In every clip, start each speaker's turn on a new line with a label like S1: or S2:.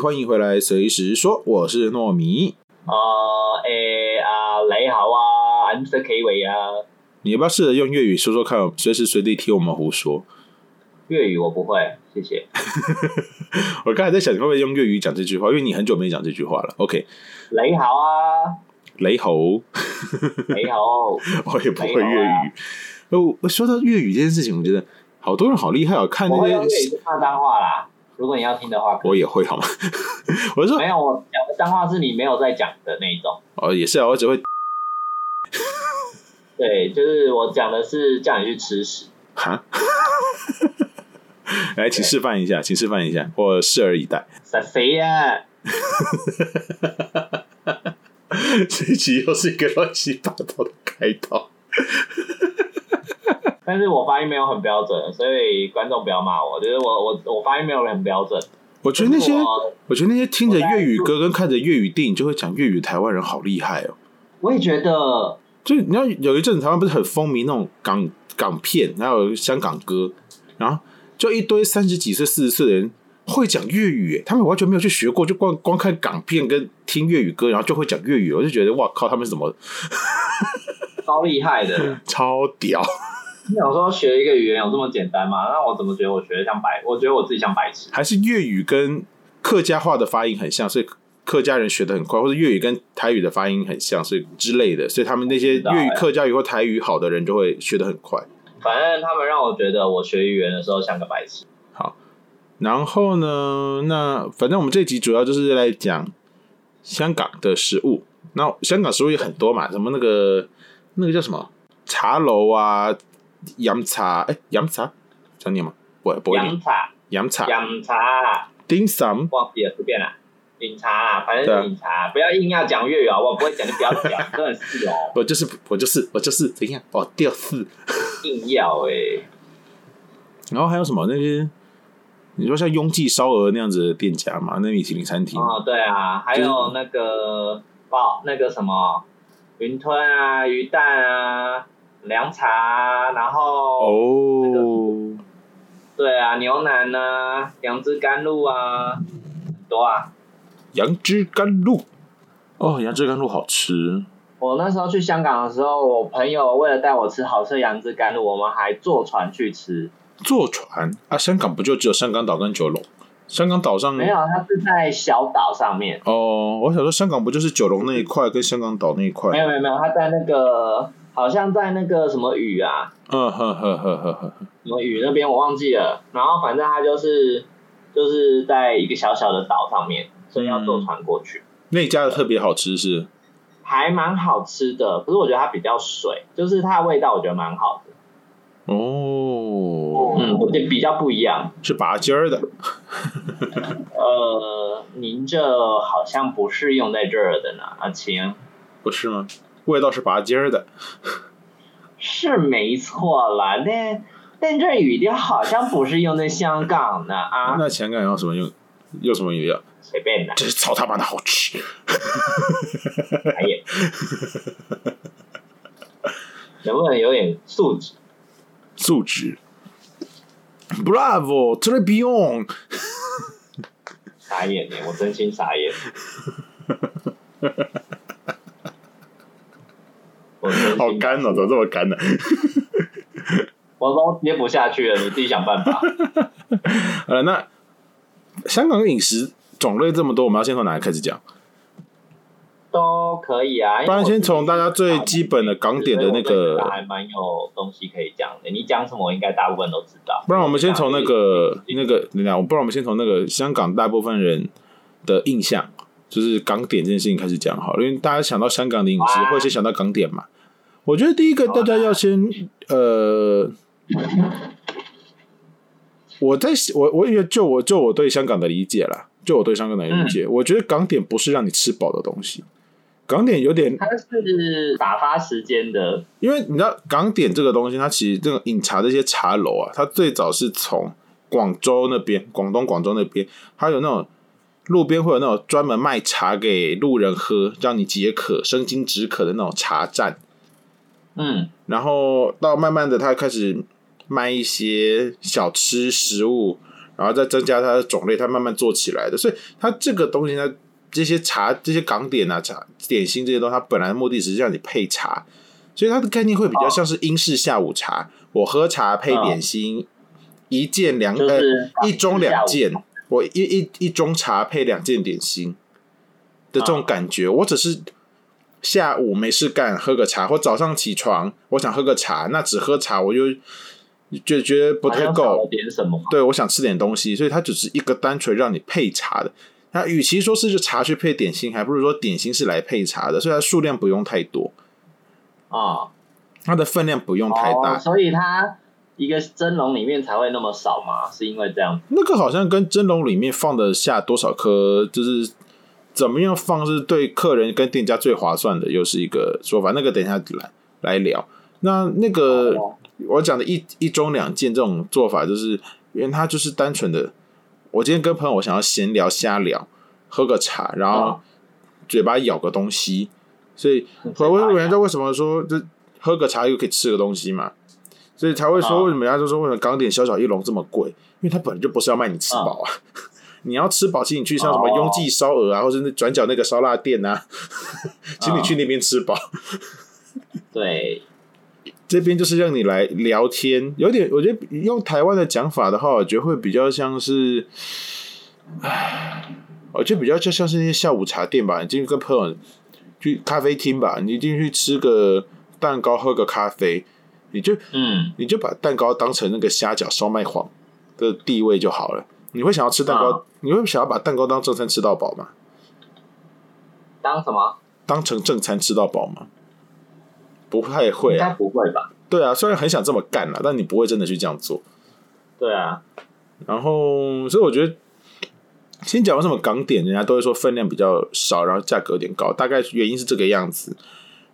S1: 欢迎回来，随时说，我是糯米。
S2: 啊，诶啊，你好啊，I'm the K 伟啊。
S1: 你要不要试着用粤语说说看？随时随地听我们胡说。
S2: 粤语我不会，谢谢。
S1: 我刚才在想，你会不会用粤语讲这句话？因为你很久没讲这句话了。OK，
S2: 你好 啊，
S1: 雷猴，
S2: 你好，
S1: 我也不会粤语。我、我说到粤语这件事情，我觉得好多人好厉害哦。看
S2: 我会用
S1: 那
S2: 粤语
S1: 些，
S2: 去骂脏话啦。如果你要听的话，可以
S1: 我也会好吗？ 我是说
S2: 没有我讲的脏话是你没有在讲的那一种。
S1: 哦，也是啊，我只会
S2: 对，就是我讲的是叫你去吃屎。
S1: 哈。 来，请示范一下，请示范一下，我拭而以待。
S2: 啥谁啊呀？
S1: 这集又是一个乱七八糟的开头。
S2: 但是我发音没有很标准，所以观众不要骂我。就是我我我发音没有很标准。
S1: 我觉得那些，
S2: 我
S1: 我觉得那些听着粤语歌跟看着粤语电影就会讲粤语的台湾人好厉害哦。
S2: 我也觉得，
S1: 就你知道有一阵子台湾不是很风靡那种港港片，还有香港歌，然后就一堆三十几岁、四十岁的人会讲粤语耶，他们完全没有去学过，就光光看港片跟听粤语歌，然后就会讲粤语，我就觉得哇靠，他们怎么
S2: 超厉害的。
S1: 超屌？
S2: 你想说学一个语言有这么简单吗？那我怎么觉得我学的像白？我觉得我自己像白痴。
S1: 还是粤语跟客家话的发音很像，所以客家人学的很快，或者粤语跟台语的发音很像，所以之类的，所以他们那些
S2: 知道
S1: 粤语
S2: 哎、
S1: 客家语或台语好的人就会学的很快。
S2: 反正他们让我觉得我学语言的时候像个白痴。
S1: 然后呢，那反正我们这集主要就是来讲香港的食物。那香港食物也很多嘛，什么那个那个叫什么茶楼啊，洋茶，哎，洋茶，想念吗？不，不会念
S2: 洋茶，
S1: 洋茶
S2: 洋茶，
S1: ，dim sum，
S2: 忘记了，随便啦。饮茶啦，反
S1: 对啊
S2: 正是饮茶，不要硬要讲粤语好不好？不会讲就不要讲，真的是哦，
S1: 我就是我就是我就是怎样哦，第四。
S2: 硬要哎、
S1: 然后还有什么那些？你说像拥记烧鹅那样子的店家嘛，那米其林餐厅，
S2: 哦，对啊，还有那个爆那个什么云吞啊、鱼蛋啊、凉茶啊，然后、
S1: 哦，
S2: 对啊，牛腩啊、杨枝甘露啊，很多啊。
S1: 杨枝甘露，哦，杨枝甘露好吃，
S2: 我那时候去香港的时候，我朋友为了带我吃好吃的杨枝甘露，我们还坐船去吃。
S1: 坐船啊，香港不就只有香港岛跟九龙？香港岛上
S2: 没有，它是在小岛上面。
S1: 哦，我想说香港不就是九龙那一块跟香港岛那一
S2: 没
S1: 块？
S2: 有没有没有，它在那个好像在那个什么屿啊，
S1: 嗯呵呵呵呵呵，
S2: 什么屿那边我忘记了。然后反正它就是就是在一个小小的岛上面，所以要坐船过去，
S1: 那家的特别好吃是
S2: 还蛮好吃的。可是我觉得它比较水，就是它的味道我觉得蛮好的。
S1: 哦，
S2: 嗯，我觉得比较不一样。
S1: 是拔尖儿的，
S2: 呃，您这好像不是用在这儿的呢，啊阿晴，
S1: 不是吗？味道是拔尖儿的，
S2: 是没错啦，但但这语调好像不是用在香港的啊，
S1: 那香港有什么用？有什么用？
S2: 随便的，
S1: 这是操他妈的好吃！
S2: 哎呀，能不能有点素质？
S1: 素质。Bravo, t r e b i o n
S2: 傻眼呢，我真心傻眼，我真心
S1: 好干哦，怎么这么 干呢、
S2: 我都接不下去了，你自己想办法。
S1: 呃，那香港的饮食种类这么多，我们要先从哪里开始讲？
S2: 都可以啊。因为
S1: 不然
S2: 我
S1: 先
S2: 自己
S1: 从大家最
S2: 打
S1: 基本的港点的那
S2: 所以我
S1: 个
S2: 对这还蛮有东西可以讲的。你讲什么，我应该大部分都知道。
S1: 不然我们先从那个
S2: 啊
S1: 那个，你讲，不然我们先从那个香港大部分人的印象，就是港点这件事情开始讲好了，因为大家想到香港的饮食
S2: 好，啊
S1: 会先想到港点嘛。我觉得第一个
S2: 好啊
S1: 大家要先呃，我在我我也就我就我对香港的理解啦，就我对香港的理
S2: 嗯
S1: 解，我觉得港点不是让你吃饱的东西，港点有点
S2: 它是打发时间的，
S1: 因为你知道港点这个东西，它其实这个饮茶这些茶楼啊，它最早是从广州那边，广东广州那边，它有那种路边会有那种专门卖茶给路人喝，让你解渴、生津止渴的那种茶站。
S2: 嗯，
S1: 然后到慢慢的，它开始卖一些小吃食物，然后再增加它的种类，它慢慢做起来的。所以它这个东西呢，这些茶、这些港点啊、茶点心这些东西，它本来的目的只是让你配茶，所以它的概念会比较像是英式下午茶。我喝茶配点心，一件两
S2: 就
S1: 呃
S2: 是
S1: 一盅两件
S2: 下午，
S1: 我一一一盅茶配两件点心的这
S2: 嗯
S1: 种感觉。我只是下午没事干喝个茶，或早上起床我想喝个茶，那只喝茶我就就觉得不
S2: 好
S1: 太
S2: 像
S1: 够
S2: 少了，点什么。
S1: 对我想吃点东西，所以它只是一个单纯让你配茶的。那与其说是就茶去配点心，还不如说点心是来配茶的，所以它数量不用太多，
S2: 啊、
S1: 它的分量不用太大。
S2: 哦，所以它一个蒸笼里面才会那么少嘛，是因为这样子
S1: 那个好像跟蒸笼里面放得下多少颗，就是怎么样放是对客人跟店家最划算的，又是一个说法。那个等一下来来聊。那那个
S2: 哦
S1: 我讲的一一盅两件这种做法，就是因为它就是单纯的，我今天跟朋友我想要闲聊瞎聊，喝个茶，然后
S2: 哦
S1: 嘴巴咬个东西，所以
S2: 嗯
S1: 所以为
S2: 嘴
S1: 什
S2: 巴咬
S1: 么人家为什么说这喝个茶又可以吃个东西嘛？所以才会说
S2: 哦
S1: 为什么人家就说为什么港点小小一笼这么贵？因为它本来就不是要卖你吃饱啊。 你要吃饱，请你去像什么
S2: 哦
S1: 拥记烧鹅啊，或者那转角那个烧腊店啊，请你去那边吃饱。
S2: 对，
S1: 这边就是让你来聊天，有点我觉得用台湾的讲法的话，我觉得会比较像是，唉，我觉得比较就像是那些下午茶店吧，你进去跟朋友去咖啡厅吧，你进去吃个蛋糕，喝个咖啡，你就
S2: 嗯，
S1: 你就把蛋糕当成那个虾饺、烧麦黄的地位就好了。你会想要吃蛋糕，
S2: 啊
S1: 你会想要把蛋糕当正餐吃到饱吗？
S2: 当什么？
S1: 当成正餐吃到饱吗？不太会
S2: 应
S1: 啊
S2: 该不会吧？
S1: 对啊，虽然很想这么干啦，但你不会真的去这样做。
S2: 对啊，
S1: 然后，所以我觉得，先讲为什么港点人家都会说分量比较少，然后价格有点高，大概原因是这个样子。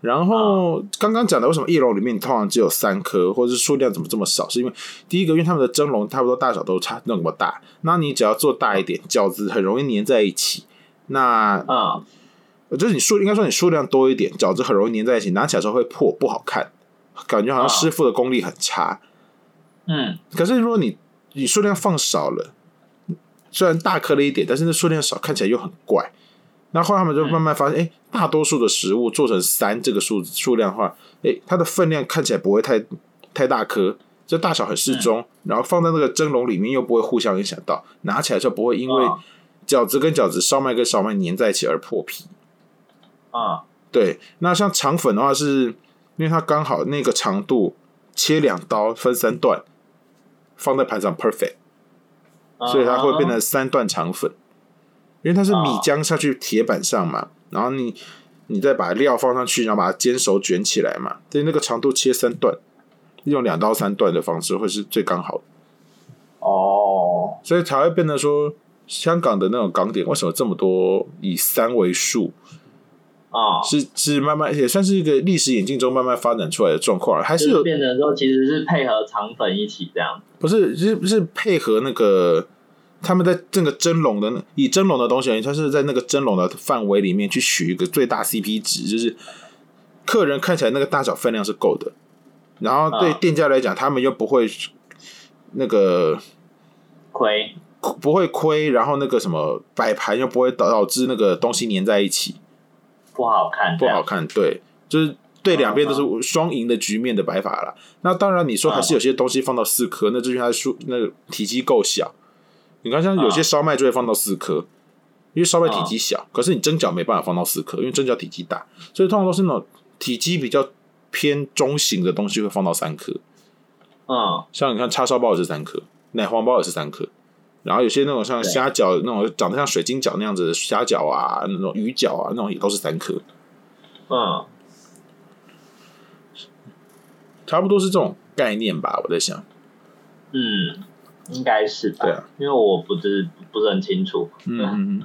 S1: 然后刚刚讲的为什么一笼里面通常只有三颗，或者是数量怎么这么少，是因为第一个，因为他们的蒸笼差不多大小都差那么大，那你只要做大一点，饺子很容易粘在一起。那
S2: 嗯，
S1: 就是你数应该说你数量多一点，饺子很容易粘在一起，拿起来的时候呃会破，不好看，感觉好像
S2: 啊
S1: 师傅的功力很差。
S2: 嗯，
S1: 可是如果你你数量放少了，虽然大颗了一点，但是那数量少看起来又很怪。那后来他们就慢慢发现，哎、大多数的食物做成三这个数数量的话，哎、它的分量看起来不会太太大颗，就大小很适中，然后放在那个蒸笼里面又不会互相影响到，拿起来就不会因为
S2: 啊
S1: 饺子跟饺子、烧麦跟烧麦粘在一起而破皮。
S2: 嗯，
S1: 对，那像肠粉的话是，因为它刚好那个长度切两刀分三段，放在盘上 perfect。
S2: 嗯
S1: 所以它会变成三段肠粉，因为它是米
S2: 哦
S1: 浆下去铁板上嘛，然后你你再把料放上去，然后把它煎熟卷起来嘛，所以那个长度切三段，用两刀三段的方式会是最刚好的，
S2: 哦，
S1: 所以才会变得说香港的那种港点为什么这么多以三为数，
S2: 啊、嗯，
S1: 是是慢慢也算是一个历史演进中慢慢发展出来的状况，还是
S2: 就是
S1: 有
S2: 变成说其实是配合肠粉一起这样。
S1: 不是是是配合那个他们在这个蒸笼的那以蒸笼的东西而言，它是在那个蒸笼的范围里面去取一个最大 CP 值，就是客人看起来那个大小分量是够的，然后对
S2: 啊
S1: 店家来讲，他们又不会那个
S2: 亏，
S1: 不会亏，然后那个什么摆盘又不会导导致那个东西粘在一起
S2: 不好看，
S1: 不好。看，对，就是。对，
S2: 啊
S1: 两边都是双赢的局面的摆法啦。那当然，你说还是有些东西放到四颗，那就是因为它的数那个体积够小。你看，像有些
S2: 啊
S1: 烧麦就会放到四颗，因为烧麦体
S2: 啊
S1: 积小，可是你蒸饺没办法放到四颗，因为蒸饺体积大，所以通常都是那种体积比较偏中型的东西会放到三颗。
S2: 嗯，
S1: 像你看叉烧包也是三颗，奶黄包也是三颗，然后有些那种像
S2: 对
S1: 虾饺那种长得像水晶饺那样子的虾饺啊，那种鱼饺啊，那种也都是三颗，
S2: 嗯，
S1: 差不多是这种概念吧。我在想，
S2: 嗯，应该是吧？
S1: 对啊，
S2: 因为我不是不是很清楚。
S1: 嗯嗯嗯，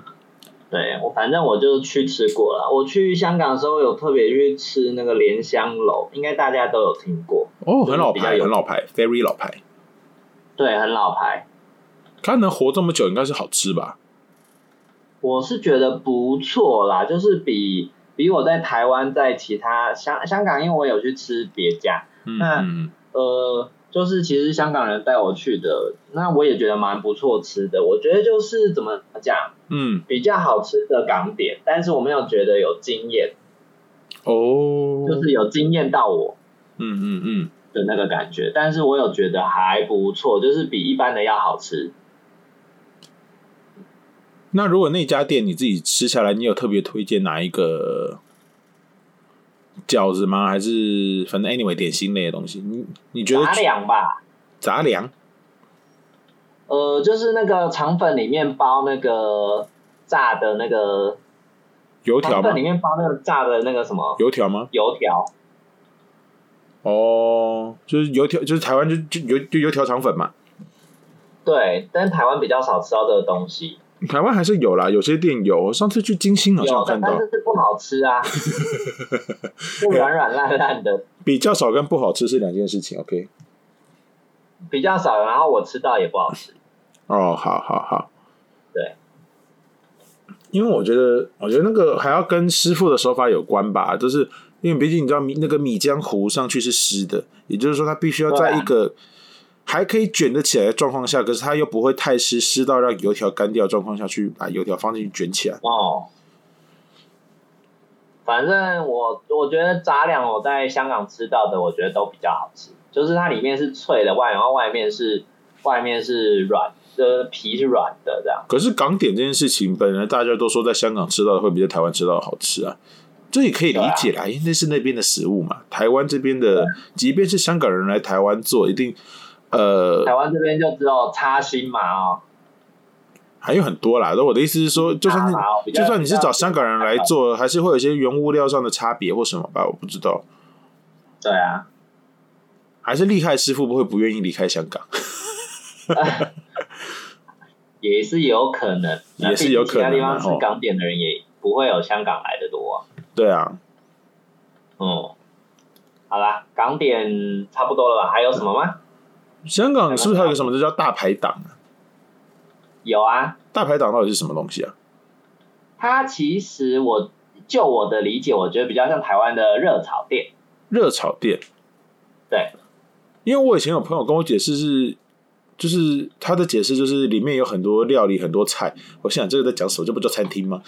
S2: 对我反正我就去吃过了。我去香港的时候有特别去吃那个莲香楼，应该大家都有听过，
S1: 哦，很老
S2: 比较
S1: 牌，
S2: 有
S1: 很老牌，very 老牌。
S2: 对，很老牌。
S1: 它能活这么久，应该是好吃吧？
S2: 我是觉得不错啦，就是比比我在台湾在其他香香港，因为我有去吃别家，
S1: 嗯
S2: 那
S1: 嗯，
S2: 呃，就是其实香港人带我去的，那我也觉得蛮不错吃的。我觉得就是怎么讲，
S1: 嗯，
S2: 比较好吃的港点，但是我没有觉得有惊艳，
S1: 哦，
S2: 就是有惊艳到我
S1: 嗯嗯嗯，
S2: 的那个感觉。但是我有觉得还不错，就是比一般的要好吃。
S1: 那如果那家店你自己吃下来，你有特别推荐哪一个饺子吗？还是反正 anyway 点心类的东西？你你觉得
S2: 杂粮吧，
S1: 杂粮？
S2: 呃，就是那个肠粉里面包那个炸的那个
S1: 油条
S2: 肠
S1: 吗
S2: 粉里？面包那个炸的那个什么
S1: 油条吗？
S2: 油条，
S1: 哦，就是油条，就是台湾就就油就油条肠粉嘛。
S2: 对，但台湾比较少吃到这个东西。
S1: 台湾还是有啦，有些店有。我上次去金星好像有
S2: 有的，
S1: 看
S2: 但
S1: 到，
S2: 是是不好吃 啊，就软软烂烂的，
S1: 比较少跟不好吃是两件事情。OK，
S2: 比较少。然后我吃到也不好吃，
S1: 哦，好好好，
S2: 对，
S1: 因为我觉得，我觉得那个还要跟师傅的手法有关吧，就是因为毕竟你知道米那个米浆糊上去是湿的，也就是说它必须要在一个还可以卷得起来的状况下，可是它又不会太湿，湿到让油条干掉的状况下去把油条放进去卷起来。
S2: 哦。反正我我觉得杂粮我在香港吃到的，我觉得都比较好吃，就是它里面是脆的外，然后外面是外面是软，就是皮是软的这样。
S1: 可是港点这件事情，本来大家都说在香港吃到的会比在台湾吃到的好吃啊，这也可以理解
S2: 啊
S1: 啦，因为那是那边的食物嘛。台湾这边的，即便是香港人来台湾做，一定呃
S2: 台湾这边就只有叉心麻哦，
S1: 还有很多啦。那我的意思是说，就算是
S2: 麻哦比较
S1: 就算你是找香港人来做，还是会有一些原物料上的差别或什么吧，我不知道。
S2: 对啊，
S1: 还是厉害师傅不会不愿意离开香港，
S2: 也是有可能，
S1: 也是有可能啊
S2: 那毕竟其他地方
S1: 哦
S2: 吃港点的人也不会有香港来的多、啊。
S1: 对啊。
S2: 嗯，好啦，港点差不多了吧？还有什么吗？
S1: 香港是不是还有个什么这叫大排档啊？
S2: 有啊，
S1: 大排档到底是什么东西啊？
S2: 它其实我就我的理解，我觉得比较像台湾的热炒 店。
S1: 热炒店。
S2: 对，
S1: 因为我以前有朋友跟我解释是，就是他的解释就是里面有很多料理，很多菜。我想这个在讲什么？这不叫餐厅吗？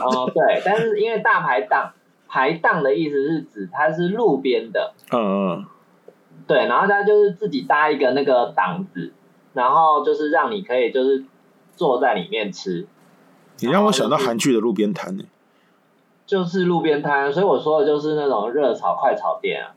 S2: 哦、对，但是因为大排档，排档的意思是指它是路边的，
S1: 嗯嗯，
S2: 对，然后它就是自己搭一个那个档子，然后就是让你可以就是坐在里面吃，
S1: 你让我想到韩剧的路边摊呢、欸
S2: 就是路边摊。所以我说的就是那种热炒快炒店啊。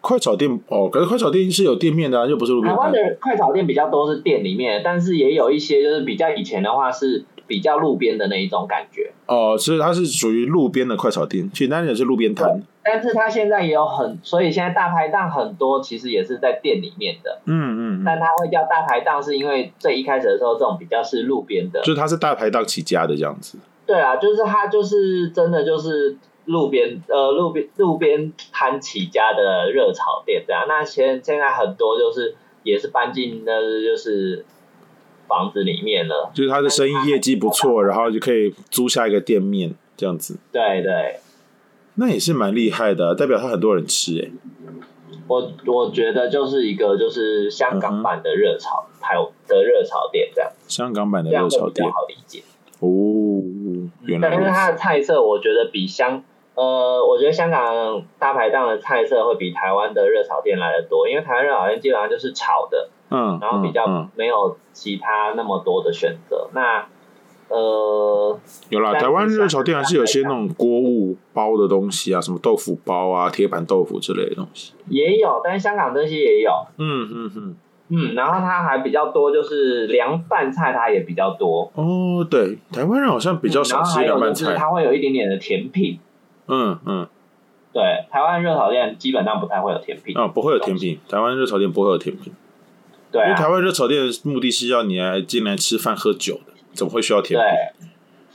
S1: 快炒店哦，可是快炒店是有店面的、啊，又不是路边
S2: 台湾
S1: 摊。
S2: 的快炒店比较多是店里面，但是也有一些就是比较以前的话是比较路边的那一种感觉。
S1: 哦，所以它是属于路边的快炒店，简单点是路边摊。
S2: 但是它现在也有很，所以现在大排档很多其实也是在店里面的，
S1: 嗯嗯嗯，
S2: 但它会叫大排档，是因为最一开始的时候这种比较是路边的。
S1: 就是它是大排档起家的这样子。
S2: 对啊，就是它就是真的就是路边呃路边路边摊起家的热炒店这样。那现现在很多就是也是搬进那就是房子里面了。
S1: 就是他的生意业绩不错，然后就可以租下一个店面这样子，
S2: 对对。
S1: 那也是蛮厉害的啊、代表他很多人吃诶、欸
S2: 我我觉得就是一个就是香
S1: 嗯
S2: 港版的热潮，台的热潮店这样，
S1: 香港版的
S2: 这
S1: 热
S2: 样会
S1: 炒
S2: 比较
S1: 店
S2: 好理解。
S1: 哦，原来
S2: 但
S1: 如
S2: 是它
S1: 此。
S2: 的菜色，我觉得比香呃，我觉得香港大排档的菜色会比台湾的热炒店来的多，因为台湾热炒店基本上就是炒的，
S1: 嗯，
S2: 然后比
S1: 嗯
S2: 较
S1: 嗯
S2: 没有其他那么多的选择。那呃，
S1: 有啦，
S2: 但是
S1: 台湾热炒店还是有些那
S2: 像
S1: 种锅物包的东西啊，什么豆腐包啊、铁板豆腐之类的东西。
S2: 也有，但是香港这些也有，
S1: 嗯嗯嗯，
S2: 嗯，然后它还比较多，就是凉拌菜它也比较多，嗯
S1: 哦，对，台湾人好像比较少
S2: 然后
S1: 吃
S2: 还有
S1: 凉拌
S2: 就是
S1: 菜。
S2: 它会有一点点的甜品。
S1: 嗯嗯，
S2: 对，台湾热炒店基本上不太会有甜品。
S1: 啊，不会有甜品，台湾热炒店不会有甜品，
S2: 对
S1: 因为台
S2: 啊，
S1: 湾热炒店的目的是要你来进来吃饭喝酒的，怎么会需要甜
S2: 对
S1: 品？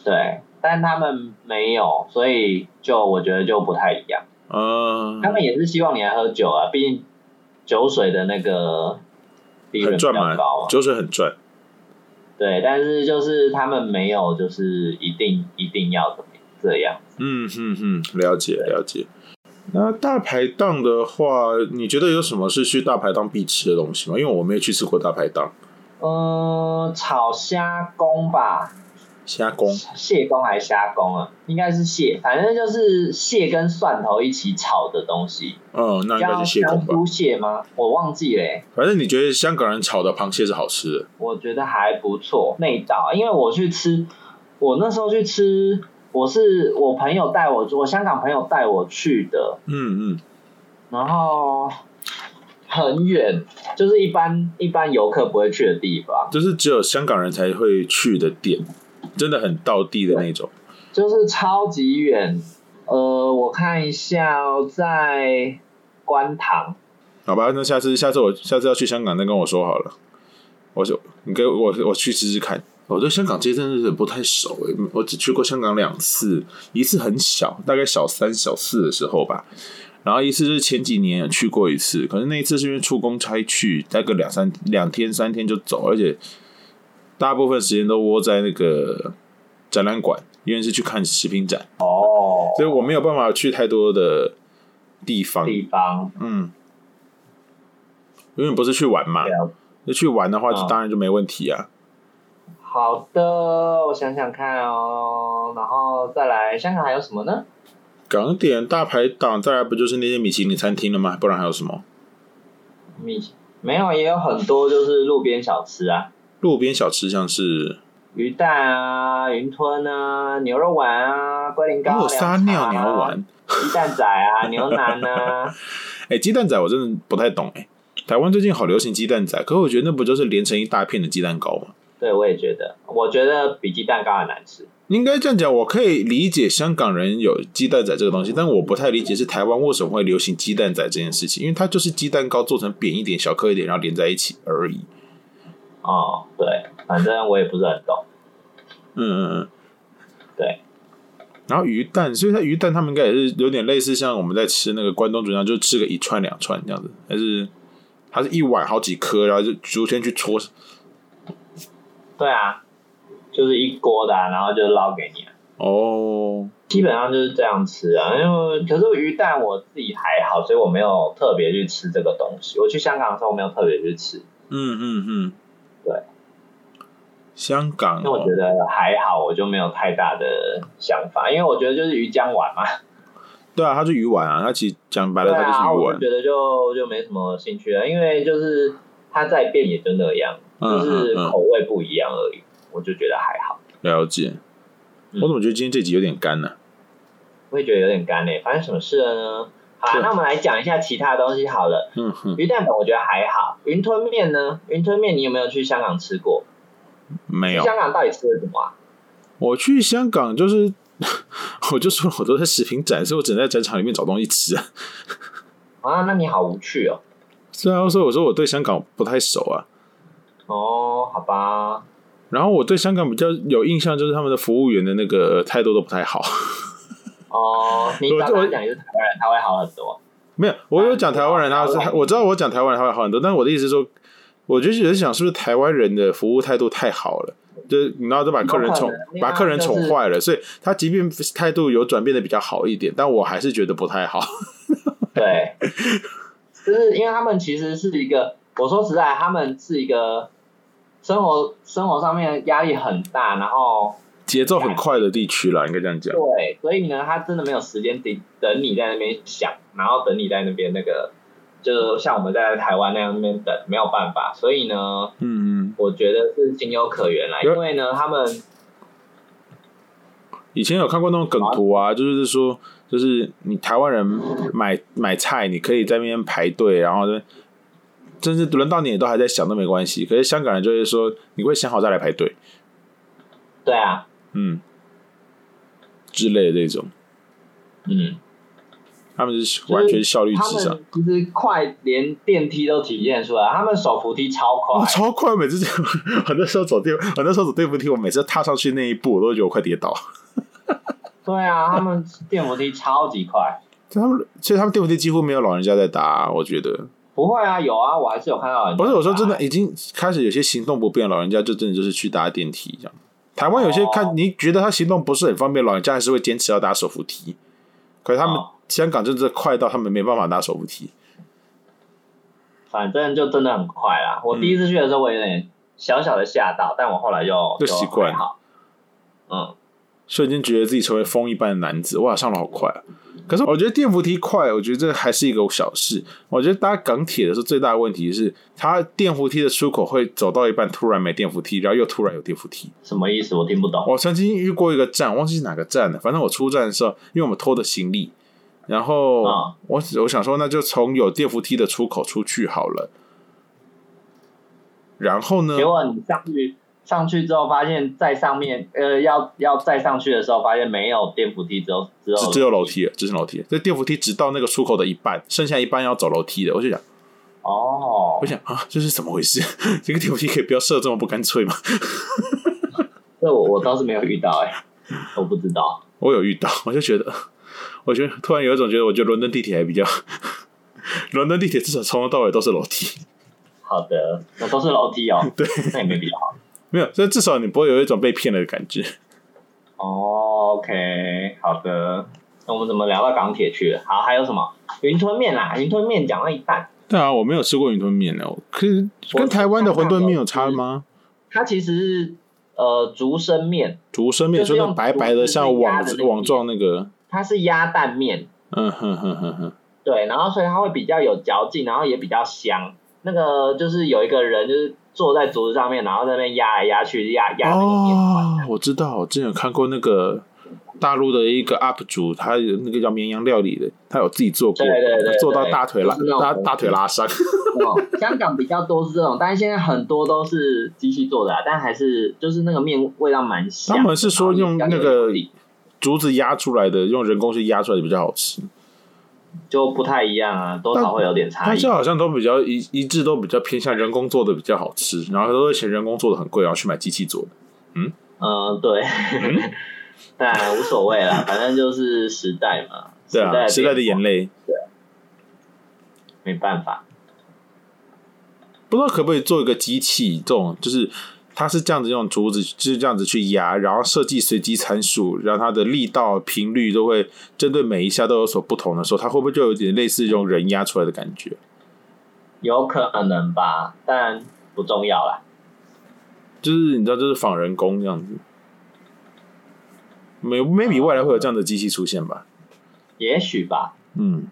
S2: 对，但他们没有，所以就我觉得就不太一样。
S1: 嗯，
S2: 他们也是希望你来喝酒啊，毕竟酒水的那个利润
S1: 很
S2: 比
S1: 赚
S2: 较
S1: 嘛
S2: 高，啊。
S1: 酒水很赚。
S2: 对，但是就是他们没有，就是一定一定要怎么这样。
S1: 嗯嗯哼哼，了解了解。那大排档的话，你觉得有什么是去大排档必吃的东西吗？因为我没有去吃过大排档，
S2: 嗯，炒虾公吧，
S1: 虾公
S2: 蟹公还是虾公啊？应该是蟹，反正就是蟹跟蒜头一起炒的东西，
S1: 嗯，那应该
S2: 叫
S1: 是蟹
S2: 香
S1: 公吧。
S2: 菇蟹吗？我忘记欸嘞、
S1: 反正你觉得香港人炒的螃蟹是好吃的，
S2: 我觉得还不错。内岛，因为我去吃，我那时候去吃，我是我朋友带我，我香港朋友带我去的，
S1: 嗯嗯，
S2: 然后很远，就是一般一般游客不会去的地方，
S1: 就是只有香港人才会去的店，真的很道地的那种。
S2: 就是超级远。呃，我看一下哦、在观塘，
S1: 好吧，那下次下次我下次要去香港再跟我说好了。我就你给我我去试试看。我对香港街真的是不太熟诶、我只去过香港两次，一次很小，大概小三小四的时候吧，然后一次就是前几年有去过一次，可是那一次是因为出公差去，大概两三两天三天就走，而且大部分时间都窝在那个展览馆，因为是去看食品展，
S2: 哦，
S1: 所以我没有办法去太多的地方。
S2: 地方
S1: 嗯，因为你不是去玩嘛，
S2: 了
S1: 那去玩的话，就
S2: 嗯
S1: 当然就没问题啊。
S2: 好的，我想想看哦，然后再来香港还有什么呢？
S1: 港点大排档，再来不就是那些米其林餐厅了吗？不然还有什么
S2: 米没有，也有很多就是路边小吃啊，
S1: 路边小吃，像是
S2: 鱼蛋啊、云吞啊、牛肉丸啊、龟苓膏、
S1: 我哦撒尿
S2: 凉
S1: 牛
S2: 茶啊
S1: 丸。
S2: 鸡蛋仔啊、牛腩啊，
S1: 哎、鸡蛋仔我真的不太懂哎、台湾最近好流行鸡蛋仔，可我觉得那不就是连成一大片的鸡蛋糕吗？
S2: 对我也觉得，我觉得比鸡蛋糕还难吃。
S1: 应该这样讲，我可以理解香港人有鸡蛋仔这个东西，但我不太理解是台湾为什么会流行鸡蛋仔这件事情，因为它就是鸡蛋糕做成扁一点、小颗一点，然后连在一起而已。
S2: 哦，对，反正我也不是很懂。
S1: 嗯嗯嗯，
S2: 对。
S1: 然后鱼蛋，所以它鱼蛋他们应该也是有点类似像我们在吃那个关东煮一样，就吃个一串两串这样子，还是它是一碗好几颗，然后就逐天去搓。
S2: 对啊，就是一锅的、啊，然后就捞给你、啊。
S1: 哦，
S2: 基本上就是这样吃啊，因为可是鱼蛋我自己还好，所以我没有特别去吃这个东西。我去香港的时候没有特别去吃，
S1: 嗯嗯嗯，
S2: 对。
S1: 香港、
S2: 因为我觉
S1: 哦，
S2: 得还好，我就没有太大的想法，因为我觉得就是鱼浆丸嘛，
S1: 对啊，它是鱼丸啊，它其实讲白
S2: 对
S1: 了，它就是
S2: 啊，
S1: 鱼
S2: 我
S1: 丸
S2: 就。觉得就就没什么兴趣了，因为就是它再变也就那样，
S1: 嗯
S2: 就是
S1: 嗯
S2: 口味不一样而已，我就觉得还好。
S1: 嗯，了解。
S2: 嗯
S1: 我怎么觉得今天这集有点干呢、
S2: 我也觉得有点干嘞、发生什么事了呢？好
S1: 对
S2: 啦，那我们来讲一下其他东西好了。
S1: 嗯哼，
S2: 鱼蛋粉我觉得还好，云吞面呢？云吞面你有没有去香港吃过？
S1: 没
S2: 去
S1: 有。
S2: 香港到底吃了什么啊？
S1: 我去香港就是， 我就说我都在食品展，所以我只能在展场里面找东西吃啊。
S2: 啊，那你好无趣哦。
S1: 虽然说我说我对香港不太熟啊，
S2: 哦，好吧，
S1: 然后我对香港比较有印象就是他们的服务员的那个呃态度都不太好。
S2: 哦，你
S1: 我
S2: 刚刚讲你是台湾人，他会好很多。
S1: 没有，我有讲台湾人，他是我知道我讲台湾人他会好很多，但我的意思是说，我就觉得想是不是台湾人的服务态度太好了。就是你知道，都把客人宠
S2: 有可能，
S1: 把客人
S2: 就是
S1: 宠坏了，所以他即便态度有转变的比较好一点，但我还是觉得不太好。
S2: 对，就是因为他们其实是一个，我说实在，他们是一个生活生活上面压力很大，然后
S1: 节奏很快的地区啦，应该这样讲。
S2: 对，所以呢，他真的没有时间等等你在那边想，然后等你在那边那个，就像我们在台湾那样那边等，没有办法，所以呢，
S1: 嗯嗯，
S2: 我觉得是情有可原啦，
S1: 有
S2: 因为呢，他们
S1: 以前有看过那种梗图啊，就是说，就是你台湾人买买菜，你可以在那边排队，然后呢，甚至轮到你都还在想都没关系。可是香港人就会说，你会想好再来排队，
S2: 对啊，
S1: 嗯，之类的这种，
S2: 嗯，
S1: 他们是完全效率
S2: 他
S1: 至上
S2: 们。其实快连电梯都体现出来，他们手扶梯超
S1: 我
S2: 快，
S1: 哦超快，每次这样， 我那时候走电，我那时候走电扶梯，我每次踏上去那一步，我都觉得我快跌倒。
S2: 对啊，他们电扶梯超级快。
S1: 他们其实他们电扶梯几乎没有老人家在搭，我觉得
S2: 不会啊，有啊，我还是有看到人。
S1: 不是我说真
S2: 啊
S1: 的，，已经开始有些行动不便，老人家就真的就是去搭电梯这样。台湾有些看、
S2: 哦
S1: 你觉得他行动不是很方便，老人家还是会坚持要搭手扶梯，可是他们
S2: 哦
S1: 香港真的快到他们没办法拿手扶梯。
S2: 反正就真的很快啦。我第一次去的时候，我有点小小的吓到，但我后来就
S1: 就习惯
S2: 就还好。嗯，
S1: 瞬间觉得自己成为风一般的男子，哇，上楼好快啊！可是我觉得电扶梯快，我觉得这还是一个小事。我觉得搭港铁的时候最大的问题是，它电扶梯的出口会走到一半突然没电扶梯，然后又突然有电扶梯。
S2: 什么意思？我听不懂。
S1: 我曾经遇过一个站，忘记是哪个站了，反正我出站的时候，因为我们拖的行李，然后
S2: 啊
S1: 我我想说那就从有电扶梯的出口出去好了。然后呢
S2: 结？果你上去上去之后，发现在上面，呃，要要再上去的时候，发现没有电扶梯，只有只有
S1: 只只有楼梯了，只剩楼梯了。这电扶梯直到那个出口的一半，剩下一半要走楼梯的。我就想，
S2: 哦
S1: 我，想啊，这是怎么回事？ 这个电扶梯可以不要设这么不干脆吗？
S2: 这我我倒是没有遇到哎、我不知道。
S1: 我有遇到，我就觉得，我觉得突然有一种觉得，我觉得伦敦地铁还比较， 伦敦地铁至少从头到尾都是楼梯，
S2: 好的，我都是楼梯哦，
S1: 对，
S2: 那也没必要。
S1: 没有，这至少你不会有一种被骗了的感觉。
S2: 哦，OK，好的。那我们怎么聊到港铁去了？好，还有什么云吞面啦？云吞面讲到一半，
S1: 对啊，我没有吃过云吞面呢，可是跟台湾的馄饨面有差吗？
S2: 它其实是呃竹升面，
S1: 竹升面
S2: 就是
S1: 说
S2: 用
S1: 那种白白的，
S2: 竹子
S1: 像
S2: 压
S1: 网
S2: 的那个
S1: 网状那个，
S2: 它是鸭蛋面，
S1: 嗯哼哼哼哼，
S2: 对，然后所以它会比较有嚼劲，然后也比较香。那个就是有一个人就是坐在竹子上面，然后在那边压来压去，压压那个面团。
S1: 哦，我知道，我之前有看过那个大陆的一个 UP 主，他有那个叫绵羊料理的，他有自己做过，
S2: 对对对对
S1: 做到大腿拉
S2: 就是那种
S1: 大大腿拉伤。
S2: 哦，香港比较多是这种，但是现在很多都是机器做的、啊，但还是就是那个面味道蛮香的。
S1: 他们是说用
S2: 然后
S1: 那
S2: 也比较有
S1: 个
S2: 力
S1: 竹子压出来的，用人工去压出来的比较好吃，
S2: 就不太一样啊，多
S1: 但
S2: 少会有点差
S1: 但
S2: 异
S1: 是。好像都比较一一致，都比较偏向人工做的比较好吃，然后都会嫌人工做的很贵，然后去买机器做的。
S2: 嗯，对， 但无所谓啦，反正就是时代嘛，
S1: 对啊，时代的眼
S2: 泪
S1: 泪，
S2: 没办法。
S1: 不知道可不可以做一个机器，这种就是它是这样子用竹子就是这样子去压，然后设计随机参数，让它的力道、频率都会针对每一下都有所不同的时候，它会不会就有点类似用人压出来的感觉？
S2: 有可能吧，但不重要啦。
S1: 就是你知道，就是仿人工这样子。没 maybe 未来会有这样的机器出现吧？
S2: 也许吧，
S1: 嗯，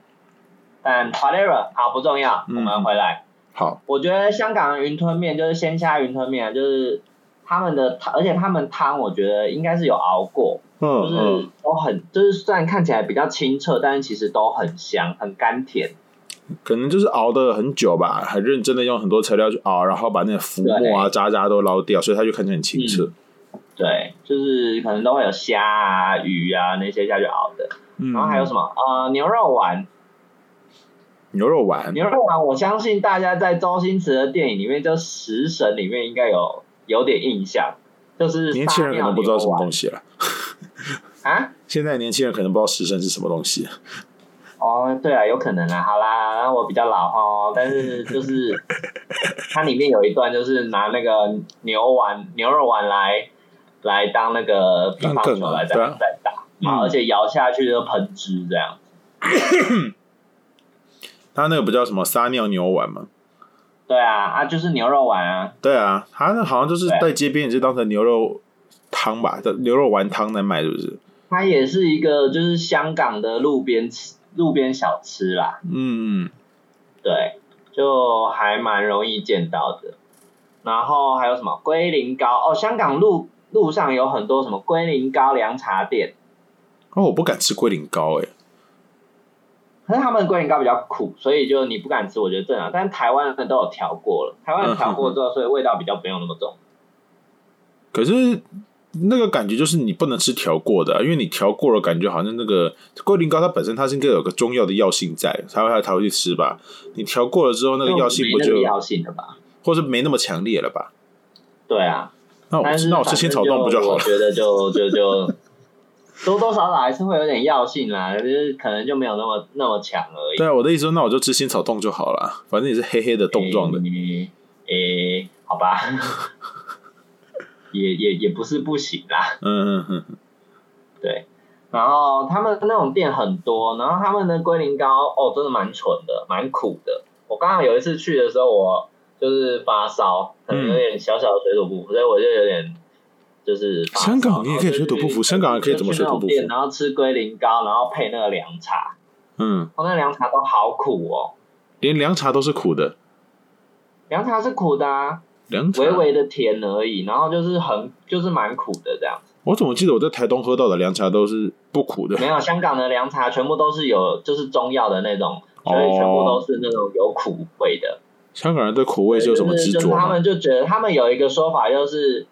S2: 但 whatever，好不重要。
S1: 嗯
S2: 我们回来，
S1: 好，
S2: 我觉得香港的云吞面就是鲜虾云吞面啊，就是他们的汤，而且他们汤我觉得应该是有熬过，
S1: 嗯
S2: 就是
S1: 嗯，
S2: 都很，就是虽然看起来比较清澈，但是其实都很香，很甘甜。
S1: 可能就是熬的很久吧，很认真的用很多材料去熬，然后把那个浮沫啊、渣渣都捞掉，所以它就看起来很清澈。
S2: 对，就是可能都会有虾啊、鱼啊那些下去熬的。
S1: 嗯，
S2: 然后还有什么？呃，牛肉丸，
S1: 牛肉丸，
S2: 牛肉丸，我相信大家在周星驰的电影里面，就《食神》里面应该有有点印象，就是
S1: 年轻人可能不知道什么
S2: 西
S1: 东西了。
S2: 啊。
S1: 现在年轻人可能不知道食神是什么东西。
S2: 哦，对啊，有可能啊。好啦，然后我比较老哦，但 是就是它里面有一段就是拿那个牛丸、牛肉丸来来当那个乒乓球来在
S1: 当梗啊
S2: 在打，
S1: 嗯
S2: 然后而且摇下去就喷汁这样。
S1: 它那个不叫什么撒尿牛丸吗？
S2: 对啊，啊就是牛肉丸啊，
S1: 对啊，它那好像就是
S2: 对
S1: 在街边也是当成牛肉汤吧，牛肉丸汤来卖，是不是？
S2: 它也是一个就是香港的路边吃路边小吃啦，
S1: 嗯嗯。
S2: 对，就还蛮容易见到的。然后还有什么龟苓膏哦，香港路路上有很多什么龟苓膏凉茶店，
S1: 哦，我不敢吃龟苓膏、欸，哎，
S2: 可是他们的龟苓膏比较苦，所以就你不敢吃，我觉得正常。但台湾的都有调过了，台湾人调过之
S1: 嗯
S2: 后，所以味道比较不用那么重。
S1: 可是那个感觉就是你不能吃调过的啊、因为你调过了，感觉好像那个龟苓膏它本身它是应该有个中药的药性在，才会才会去吃吧。你调过了之后，那个药性不
S2: 没那
S1: 就
S2: 个药性的吧？
S1: 或是没那么强烈了吧？
S2: 对啊，
S1: 那我
S2: 但
S1: 吃
S2: 是
S1: 哦那我吃
S2: 反
S1: 仙
S2: 正
S1: 草冻不就好
S2: 我
S1: 了？
S2: 觉得就就就多多少少还是会有点药性啦，就是可能就没有那么那么强而已。
S1: 对啊，我的意思说，那我就吃仙草冻就好了，反正也是黑黑的冻状的。
S2: 诶、诶好吧， 也也也不是不行啦。
S1: 嗯嗯嗯嗯，
S2: 对，然后他们那种店很多，然后他们的龟苓膏哦，真的蛮纯的，蛮苦的。我刚好有一次去的时候，我就是发烧，
S1: 嗯
S2: 可能有点小小的水土不服，所以我就有点就是发烧
S1: 香港你也可以水土不服香港人可以怎么水土不服
S2: 就去那种店然后吃龟苓膏，然后配那个凉茶，
S1: 嗯，
S2: 哦，那凉茶都好苦哦，
S1: 连凉茶都是苦的，
S2: 凉茶是苦的啊，
S1: 凉茶。
S2: 微微的甜而已，然后就是很就是蛮苦的这样。
S1: 我怎么记得我在台东喝到的凉茶都是不苦的？
S2: 没有，香港的凉茶全部都是有就是中药的那种，所以全部都是那种有苦味的。
S1: 香港人对苦味哦是有
S2: 就
S1: 什么
S2: 是
S1: 执
S2: 就是
S1: 着
S2: 他
S1: 吗？
S2: 们就觉得他们有一个说法，就是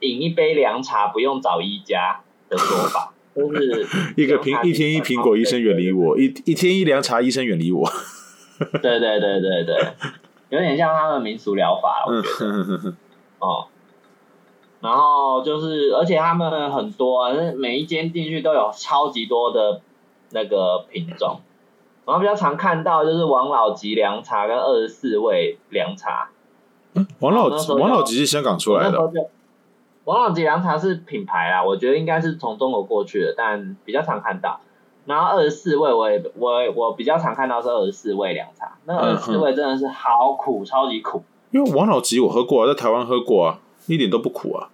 S2: 饮一杯凉茶不用找医家的说法，就是
S1: 一个苹一天一苹果，医生远离我；一一天一凉茶，医生远离我。
S2: 对对对对对，有点像他们民俗疗法，我
S1: 嗯
S2: 觉得。
S1: 哼哼哼
S2: 哦，然后就是，而且他们很多啊，那每一间进去都有超级多的那个品种。然后比较常看到就是王老吉凉茶跟二十四味凉茶，
S1: 嗯王 老
S2: 那时候
S1: 王老
S2: 就
S1: 吉是香港出
S2: 那
S1: 来
S2: 时
S1: 的
S2: 候就王老吉凉茶是品牌啦，我觉得应该是从中国过去的，但比较常看到。然后二十四味我也我也我比较常看到是二十四味凉茶，那二十四
S1: 嗯哼
S2: 味真的是好苦，超级苦。
S1: 因为王老吉我喝过啊，在台湾喝过啊，一点都不苦啊。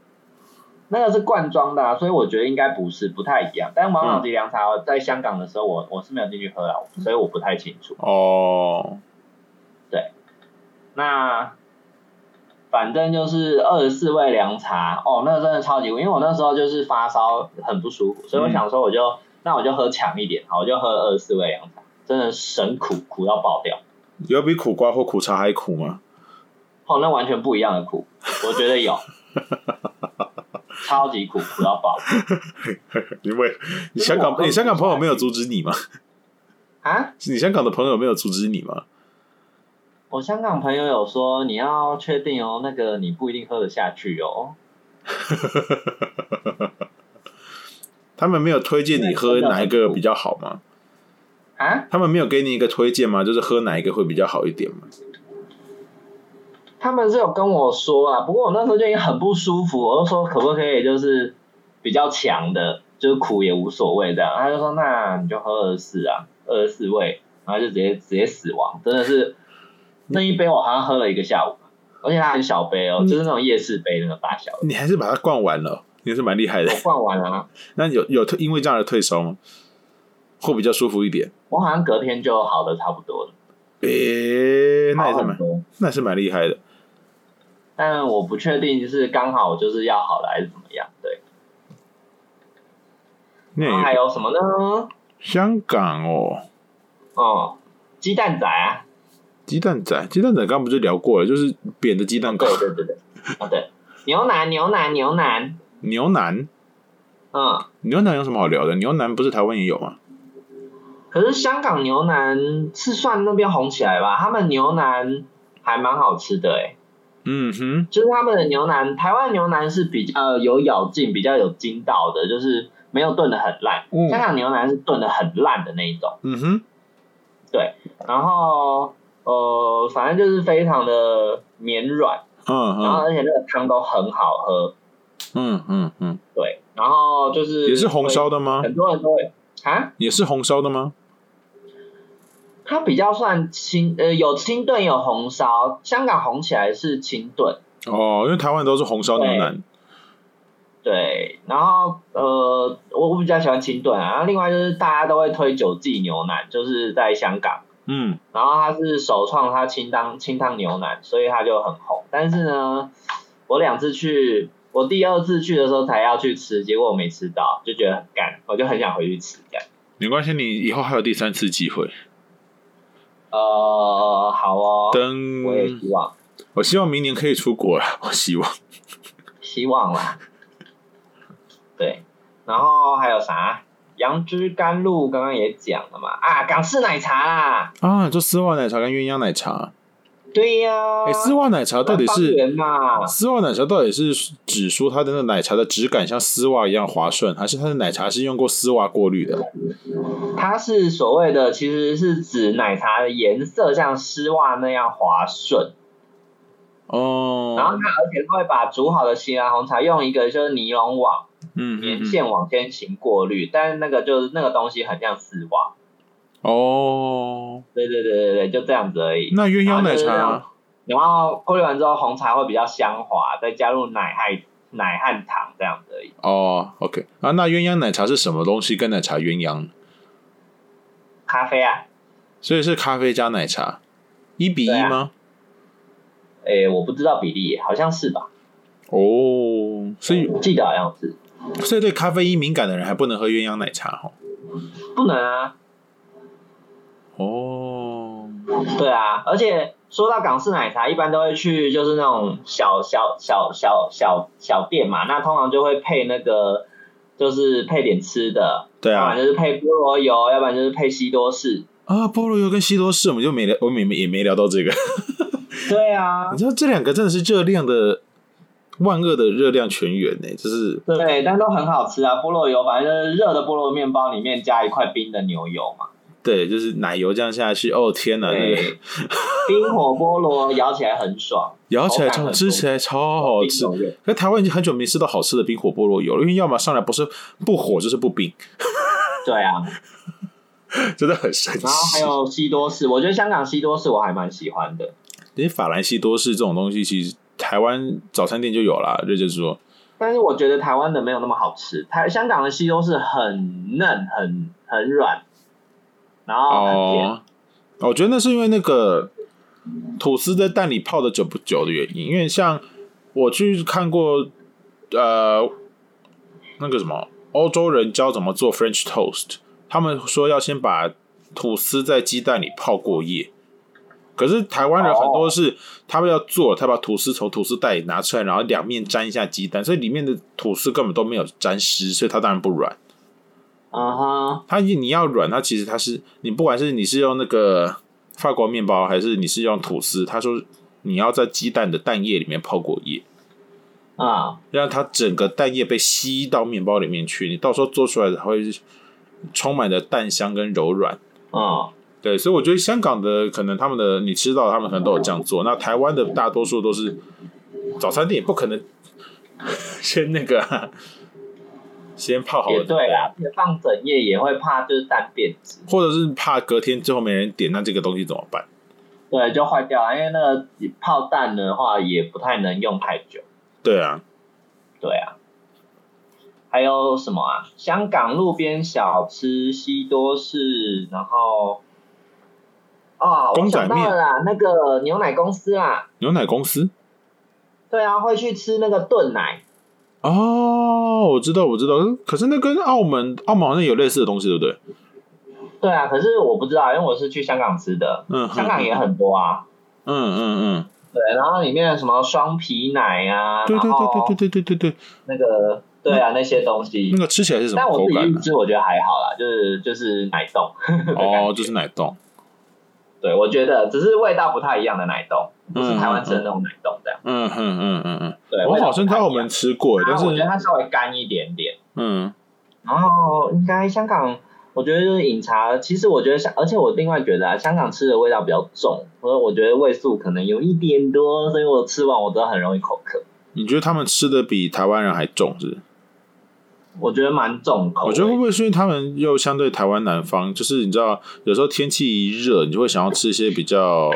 S2: 那个是罐装的、啊，所以我觉得应该不是，不太一样。但王老吉凉茶在香港的时候，我我是没有进去喝了，所以我不太清楚。
S1: 哦，
S2: 那反正就是二十四味凉茶，哦，那个真的超级苦，因为我那时候就是发烧很不舒服，所以我想说我就、那我就喝强一点，好，我就喝二十四味凉茶，真的神苦，苦到爆掉。
S1: 有比苦瓜或苦茶还苦吗？
S2: 哦，那完全不一样的苦，我觉得有，超级苦，苦到爆
S1: 因为你香港
S2: 这个我喝
S1: 你香港朋友
S2: 不出来
S1: 没有阻止你吗？
S2: 啊！
S1: 你香港的朋友没有阻止你吗？
S2: 我香港朋友有说，你要确定哦，那个你不一定喝得下去哦。
S1: 他们没有推荐你喝哪一个比较好吗？
S2: 啊，
S1: 他们没有给你一个推荐吗？就是喝哪一个会比较好一点吗？
S2: 他们是有跟我说啊，不过我那时候就已经很不舒服，我就说可不可以就是比较强的，就是苦也无所谓这样。他就说那你就喝二十四啊，二十四味，然后就直接直接死亡，真的是那一杯我好像喝了一个下午，而且它很小杯哦，就是那种夜市杯那个大小的。
S1: 你还是把它灌完了，也是蛮厉害的
S2: 我。灌完了、啊，
S1: 那有有退因为这样的退烧吗？会比较舒服一点。
S2: 我好像隔天就好的差不多了，
S1: 诶、那也是
S2: 好很
S1: 蛮
S2: 多。
S1: 那也是蛮厉害的。
S2: 但我不确定是刚好就是要好了还是怎么样。对，
S1: 那
S2: 然后还
S1: 也
S2: 有什么呢？
S1: 香港哦，
S2: 哦，鸡蛋仔啊，
S1: 鸡蛋仔，鸡蛋仔刚刚不是聊过了，就是扁的鸡蛋糕
S2: 对，对 对对，啊对，牛腩牛腩牛腩，
S1: 牛腩，
S2: 嗯，
S1: 牛腩有什么好聊的？牛腩不是台湾也有吗？
S2: 可是香港牛腩是算那边红起来吧？他们牛腩还蛮好吃的诶、
S1: 嗯哼，
S2: 就是他们的牛腩，台湾牛腩是比较、呃、有咬劲，比较有筋道的，就是没有炖的很烂。
S1: 嗯
S2: 香港牛腩是炖的很烂的那一种。
S1: 嗯哼，
S2: 然后呃，反正就是非常的绵软，
S1: 嗯
S2: 然后
S1: 嗯
S2: 而且那个汤都很好喝，
S1: 嗯嗯嗯，
S2: 对，然后就是
S1: 也是红烧的吗
S2: 会，？很多人都会啊，
S1: 也是红烧的吗？
S2: 它比较算清呃有清炖有红烧，香港红起来是清炖，
S1: 哦，因为台湾都是红烧牛腩，
S2: 对，然后呃我我比较喜欢清炖啊，然后另外就是大家都会推九记牛腩，就是在香港。
S1: 嗯，
S2: 然后它是首创它清汤清汤牛腩，所以它就很红。但是呢，我两次去，我第二次去的时候才要去吃，结果我没吃到，就觉得很干，我就很想回去吃这样。
S1: 没关系，你以后还有第三次机会。
S2: 呃，好哦，
S1: 等
S2: 我也希望
S1: 我希望明年可以出国了， 我希望。
S2: 希望啦。 对，然后还有啥？杨枝甘露刚刚也讲了嘛，啊，港式奶茶啦，
S1: 啊，就丝袜奶茶跟鸳鸯奶茶。
S2: 对呀、
S1: 哎、丝袜奶茶到底
S2: 啊南方
S1: 是
S2: 园嘛？
S1: 丝袜奶茶到底是指说它的那个奶茶的质感像丝袜一样滑顺，还是它的奶茶是用过丝袜过滤的？
S2: 它是所谓的，其实是指奶茶的颜色像丝袜那样滑顺，然后
S1: 哦，嗯
S2: 它而且它会把煮好的锡兰红茶用一个就是尼龙网
S1: 嗯，
S2: 棉线网先行过滤，但是那个就是那个东西很像丝袜，
S1: 哦，
S2: 对对对对对，就这样子而已。
S1: 那鸳鸯奶
S2: 然后就是那种
S1: 茶，
S2: 然后过滤完之后，红茶会比较香滑，再加入奶和奶和糖这样子而已。
S1: 哦，OK 啊，那鸳鸯奶茶是什么东西？跟奶茶鸳鸯，
S2: 咖啡啊，
S1: 所以是咖啡加奶茶，一比
S2: 对
S1: 一
S2: 啊
S1: 吗？
S2: 诶，我不知道比例耶，好像是吧？啊
S1: 哦，所以
S2: 我记得好像是，
S1: 所以对咖啡因敏感的人还不能喝鸳鸯奶茶哦。
S2: 不能啊，
S1: 哦，
S2: 对啊。而且说到港式奶茶，一般都会去就是那种小小小小小小店嘛，那通常就会配那个就是配点吃的，
S1: 对
S2: 要不
S1: 啊
S2: 然，就是配菠萝油，要不然就是配西多士。
S1: 啊，菠萝油跟西多士，我们就没聊，我们也没也没聊到这个。
S2: 对啊
S1: 你，知道这两个真的是热量的万恶的热量泉源呢、就是
S2: 对，但都很好吃啊。菠萝油反正就是热的菠萝面包里面加一块冰的牛油嘛。
S1: 对，就是奶油这样下去，哦天哪，那个
S2: 对，冰火菠萝咬起来很爽，
S1: 咬起来
S2: 口感
S1: 超
S2: 很
S1: 吃起来超好吃。
S2: 冰哦融
S1: 可台湾已经很久没吃到好吃的冰火菠萝油了，因为要么上来不是不火就是不冰，
S2: 对啊，
S1: 真的很神奇。
S2: 然后还有西多士，我觉得香港西多士我还蛮喜欢的。
S1: 因为法兰西多士这种东西，其实台湾早餐店就有啦，这就是说，
S2: 但是我觉得台湾的没有那么好吃，台香港的西多士很嫩、很很软，然后很甜。
S1: 哦，我觉得那是因为那个吐司在蛋里泡的久不久的原因，因为像我去看过，呃，那个什么欧洲人教怎么做 French toast，他们说要先把吐司在鸡蛋里泡过夜。可是台湾人很多是他们要做，他把吐司从吐司袋里拿出来，然后两面沾一下鸡蛋，所以里面的吐司根本都没有沾湿，所以它当然不软。哦
S2: 嗯哼，
S1: 它你要软，它其实它是你不管是你是用那个法国面包，还是你是用吐司，他说你要在鸡蛋的蛋液里面泡过夜，
S2: 啊、
S1: 让它整个蛋液被吸到面包里面去，你到时候做出来的会充满着蛋香跟柔软。
S2: 嗯，嗯，
S1: 对，所以我觉得香港的可能他们的你吃到的他们可能都有这样做，那台湾的大多数都是早餐店也不可能 先那个啊、先泡好
S2: 也
S1: 了
S2: 对啊啦，而且放整夜也会怕就是蛋变质，
S1: 或者是怕隔天之后没人点，那这个东西怎么办？
S2: 对，就坏掉了。因为那个泡蛋的话也不太能用太久。
S1: 对啊，
S2: 对啊，还有什么啊？香港路边小吃西多士，然后哦，
S1: 公
S2: 我
S1: 仔
S2: 想到
S1: 面
S2: 了啦，那个牛奶公司啦，
S1: 牛奶公司
S2: 对啊，会去吃那个炖奶，
S1: 哦，我知道，我知道，可是那跟澳门澳门好像有类似的东西，对不对？
S2: 对啊，可是我不知道，因为我是去香港吃的，
S1: 嗯，
S2: 香港也很多啊，
S1: 嗯嗯
S2: 对，然后里面有什么双皮奶啊，
S1: 嗯，对对
S2: 然后
S1: 对对对对对对对，
S2: 那个对啊那些东西
S1: 那，个吃起来是什么
S2: 但
S1: 口
S2: 我自己
S1: 感啊
S2: 去
S1: 呢？
S2: 吃我觉得还好啦，就是就是奶冻，
S1: 哦，就是奶冻。
S2: 对我觉得只是味道不太一样的奶冻，不是台湾吃的那种奶冻这样。
S1: 嗯嗯嗯嗯嗯，
S2: 对，
S1: 我
S2: 味道
S1: 好像在澳门
S2: 不
S1: 吃过，
S2: 太一
S1: 但
S2: 样，然后我觉得
S1: 是
S2: 它稍微干一点点。
S1: 嗯。
S2: 然后应该香港，我觉得就是饮茶，其实我觉得香，而且我另外觉得啊，香港吃的味道比较重，所以我觉得味素可能有一点多，所以我吃完我都很容易口渴。
S1: 你觉得他们吃的比台湾人还重是不是？
S2: 我觉得蛮重口味。
S1: 我觉得会不会是因为他们又相对台湾南方，就是你知道，有时候天气一热，你就会想要吃一些比较，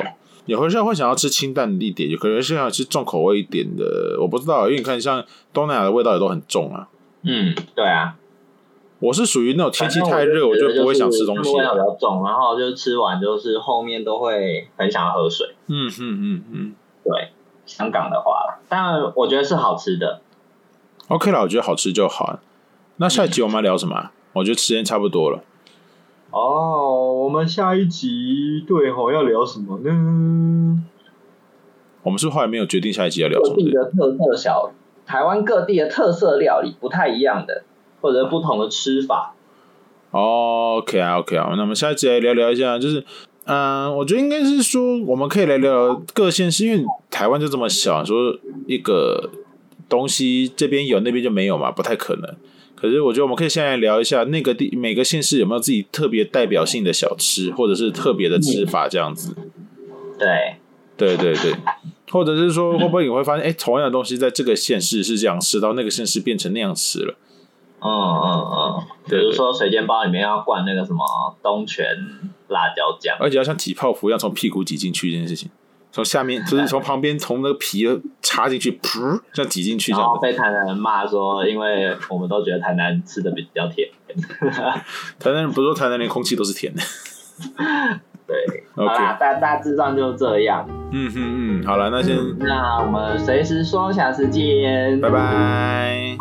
S1: 有时候会想要吃清淡一点，有可能是想要吃重口味一点的，我不知道，因为你看像东南亚的味道也都很重啊。
S2: 嗯，对啊，
S1: 我是属于那种天气太热，我
S2: 反正
S1: 就
S2: 我
S1: 不会想吃
S2: 就
S1: 东
S2: 是
S1: 西
S2: 味道比
S1: 的。
S2: 较重，然后就是吃完就是后面都会很想要喝水。
S1: 嗯嗯嗯嗯
S2: 对，香港的话啦，但我觉得是好吃的。
S1: ，OK 了，我觉得好吃就好。那下一集我们要聊什么啊？我觉得时间差不多了。
S2: 哦，我们下一集对吼要聊什么呢？
S1: 我们是不是后来没有决定下一集要聊什么
S2: 各地
S1: 的。
S2: 的特色小，台湾各地的特色料理不太一样的，或者不同的吃法。
S1: 哦 OK 啊，OK 啊，那我们下一集来聊聊一下，就是，嗯、我觉得应该是说，我们可以来聊聊各县市，因为台湾就这么小，说一个东西这边有，那边就没有嘛，不太可能。可是我觉得我们可以先来聊一下那个地每个县市有没有自己特别代表性的小吃，或者是特别的吃法这样子。
S2: 对，
S1: 对对对，或者是说会不会你会发现，哎，同样的东西在这个县市是这样吃，到那个县市变成那样吃了。
S2: 嗯嗯嗯，比
S1: 对
S2: 如
S1: 对，
S2: 说水煎包里面要灌那个什么东泉辣椒酱，
S1: 而且要像挤泡芙一样从屁股挤进去这件事情，从下面就是从旁边从那个皮插进去，噗，这样挤进去这
S2: 然
S1: 样
S2: 后
S1: 子。
S2: 被台南人骂说，因为我们都觉得台南吃的比较甜。
S1: 台南人不是说台南连空气都是甜的
S2: 对，好
S1: ？OK，
S2: 啦，大大致上就这样。
S1: 嗯嗯嗯，好了，那先
S2: 那我们随时说，下次见，
S1: 拜拜。